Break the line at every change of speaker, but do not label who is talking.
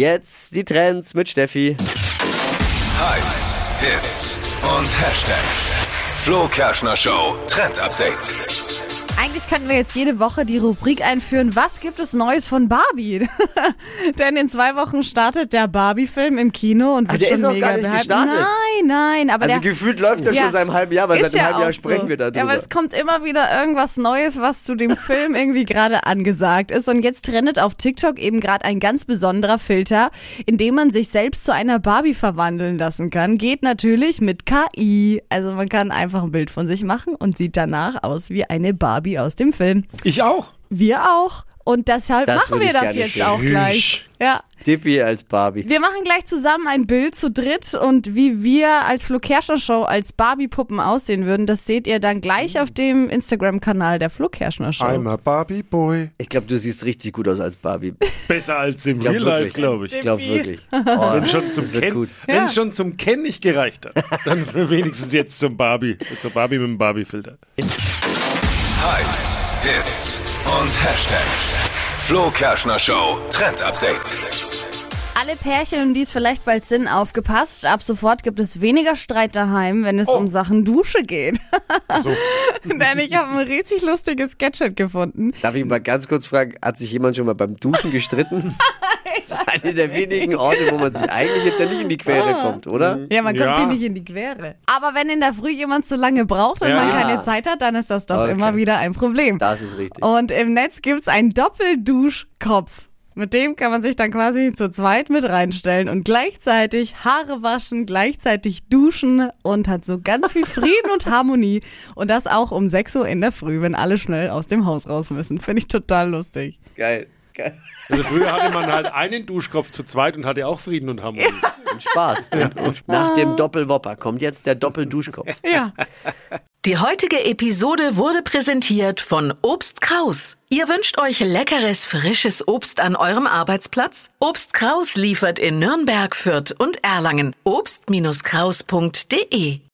Jetzt die Trends mit Steffi.
Hypes, Hits und Hashtags. Flo Kerschner Show Trend Update.
Eigentlich könnten wir jetzt jede Woche die Rubrik einführen, was gibt es Neues von Barbie? Denn in zwei Wochen startet der Barbie-Film im Kino und
Ah,
wird
der
schon
ist noch
mega
gar nicht
gehypt.
gestartet.
Nein, nein, aber
Also
der
gefühlt läuft er
Ja.
schon seit einem halben Jahr, weil seit
ist
einem
ja
halben
auch
Jahr sprechen
so.
wir darüber.
Ja, aber es kommt immer wieder irgendwas Neues, was zu dem Film irgendwie gerade angesagt ist. Und jetzt trendet auf TikTok eben gerade ein ganz besonderer Filter, in dem man sich selbst zu einer Barbie verwandeln lassen kann. Geht natürlich mit KI. Also man kann einfach ein Bild von sich machen und sieht danach aus wie eine Barbie aus dem Film.
Ich auch.
Wir auch. Und deshalb
Das
machen
würde
wir
ich
das
gerne
jetzt
sehen.
auch gleich. Ja.
Dippy als Barbie.
Wir machen gleich zusammen ein Bild zu dritt und wie wir als Flo Kerschner Show als Barbie-Puppen aussehen würden, das seht ihr dann gleich auf dem Instagram-Kanal der Flo Kerschner Show.
I'm a Barbie Boy.
Ich glaube, du siehst richtig gut aus als Barbie.
Besser als im
glaub
Real Life,
wirklich.
glaube ich.
Ich glaube
Dippy.
wirklich. Oh,
Wenn schon zum
das wird
Ken-
gut.
Ja.
Wenn es schon zum Ken nicht gereicht hat, dann wenigstens jetzt zum Barbie. Zur Barbie mit dem Barbie-Filter.
Hypes, Hits und Hashtags. Flo Kerschner Show Trend Update.
Alle Pärchen, um die es vielleicht bald sind, aufgepasst. Ab sofort gibt es weniger Streit daheim, wenn es um Sachen Dusche geht.
So.
Denn ich habe ein richtig lustiges Gadget gefunden.
Darf ich mal ganz kurz fragen, hat sich jemand schon mal beim Duschen gestritten? das ist eine der wenigen Orte, wo man sich eigentlich jetzt ja nicht in die Quere
Ah.
kommt, oder?
Ja, man kommt
Ja.
hier nicht in die Quere. Aber wenn in der Früh jemand zu lange braucht und
Ja.
man keine Zeit hat, dann ist das doch
Okay.
immer wieder ein Problem.
Das ist richtig.
Und im Netz gibt's einen Doppelduschkopf. Mit dem kann man sich dann quasi zu zweit mit reinstellen und gleichzeitig Haare waschen, gleichzeitig duschen und hat so ganz viel Frieden und Harmonie. Und das auch um 6 Uhr in der Früh, wenn alle schnell aus dem Haus raus müssen. Finde ich total lustig.
Geil. Geil.
Also früher hatte man halt einen Duschkopf zu zweit und hatte auch Frieden und Harmonie.
Und Spaß. Und nach dem Doppelwopper kommt jetzt der Doppelduschkopf.
Ja.
Die heutige Episode wurde präsentiert von Obst Kraus. Ihr wünscht euch leckeres, frisches Obst an eurem Arbeitsplatz? Obst Kraus liefert in Nürnberg, Fürth und Erlangen. Obst-Kraus.de